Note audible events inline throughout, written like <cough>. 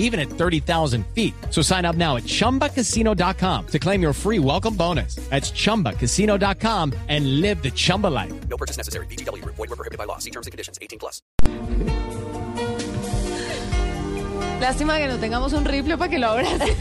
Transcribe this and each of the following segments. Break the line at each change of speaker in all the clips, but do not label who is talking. even at 30,000 feet. So sign up now at ChumbaCasino.com to claim your free welcome bonus. That's ChumbaCasino.com and live the Chumba life.
No purchase necessary. BGW. Void were prohibited by law. See terms and conditions. 18 plus.
Lástima que no tengamos un rifle para que lo abrace.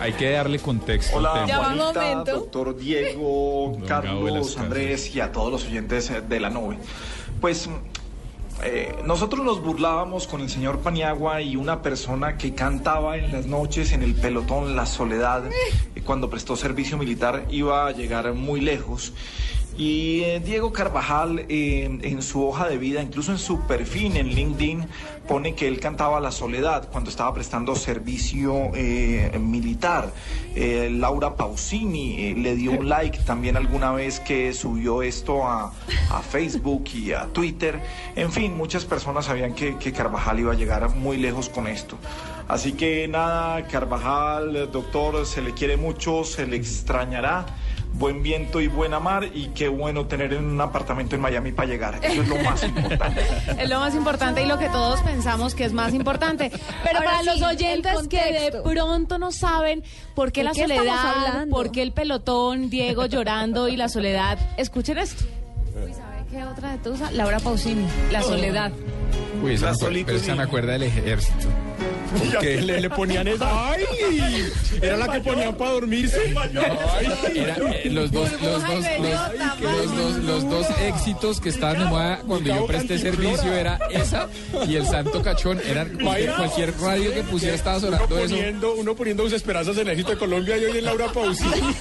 Hay que darle contexto. al
Hola,
tema.
Ya va un
Juanita,
momento.
doctor Diego,
Don Gabo de
Carlos,
las Casas.
Andrés y a todos los oyentes eh, de la nube. Pues mm, eh, nosotros nos burlábamos con el señor Paniagua y una persona que cantaba en las noches en el pelotón La Soledad, eh, cuando prestó servicio militar, iba a llegar muy lejos. Y eh, Diego Carvajal eh, en su hoja de vida, incluso en su perfil en LinkedIn, pone que él cantaba La Soledad cuando estaba prestando servicio eh, militar. Eh, Laura Pausini eh, le dio un like también alguna vez que subió esto a, a Facebook y a Twitter. En fin, muchas personas sabían que, que Carvajal iba a llegar muy lejos con esto. Así que nada, Carvajal, eh, doctor, se le quiere mucho, se le extrañará. Buen viento y buena mar y qué bueno tener un apartamento en Miami para llegar. Eso es lo <laughs> más importante.
<laughs> Es lo más importante y lo que todos pensamos que es más importante. Pero
Ahora
para
sí,
los
el
oyentes que de
contexto.
pronto no saben por qué
¿De
la
qué estamos
soledad,
hablando?
por qué el pelotón, Diego llorando y la soledad, escuchen esto. Uy, ¿sabe qué otra de Tusa? Laura Pausini, La Soledad.
Uy, esa
La
me acuer-
solita
pero esa
y-
me acuerda del ejército. Que le,
ponían esa. ¡Ay! Era la que ponían para dormirse.
era, eh, los dos, los dos, los, los dos, los dos éxitos que estaban de moda cuando yo presté servicio era esa y el Santo Cachón. Era cualquier radio que pusiera estaba sonando eso.
poniendo, uno poniendo sus esperanzas en el ejército de Colombia y hoy en Laura
<laughs>
Pausini.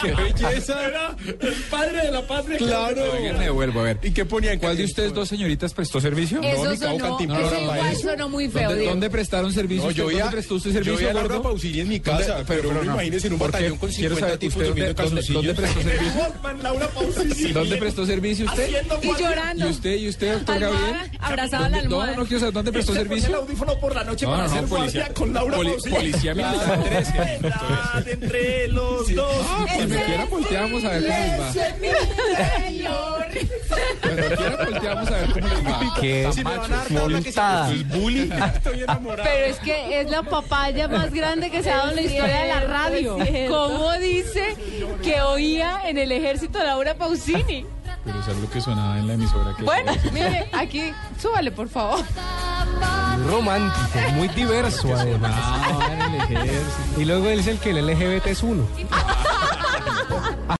¡Qué belleza! Era el padre de la patria. Claro.
No, venga, me devuelvo a ver.
¿Y qué ponían?
¿Cuál de ustedes dos señoritas prestó servicio?
No,
Eso
ni Cabo
sonó,
Cantimplora
eso
para
igual
eso.
sonó muy feo,
¿Dónde,
Diego.
dónde prestaron servicio?
No,
¿Usted
yo vi
¿Dónde
a,
prestó usted
yo
servicio?
vi a Laura
gordo?
Pausini en mi
¿Dónde-
casa, pero, no me
no.
imagines en un
¿Por qué?
batallón con
Quiero
50
saber,
tipos
¿usted
durmiendo en
dónde- dónde-
calzoncillos.
dónde prestó servicio?
Laura Pausini.
¿Dónde prestó servicio usted?
Y llorando.
¿Y usted, y usted, doctor
Almohada,
Gabriel?
abrazada a la
¿Dónde-
almohada.
No, no quiero saber dónde prestó servicio.
audífono por la noche
No, no, no, policía. poli- policía militar. Tres,
<laughs>
que-
entre los dos.
Cuando quiera pues. volteamos a ver cómo les va. Cuando quiera volteamos a ver cómo les va.
Qué
Tan machos.
montada.
<laughs>
Pero es que es la papaya más grande que se ha dado en la historia de la radio. ¿Cómo dice que oía en el ejército Laura Pausini?
Pero es algo que sonaba en la emisora. Que
Bueno, mire, aquí, súbale, por favor.
Muy romántico, muy diverso además.
Ah, en el ejército.
Y luego dice el que el LGBT es uno.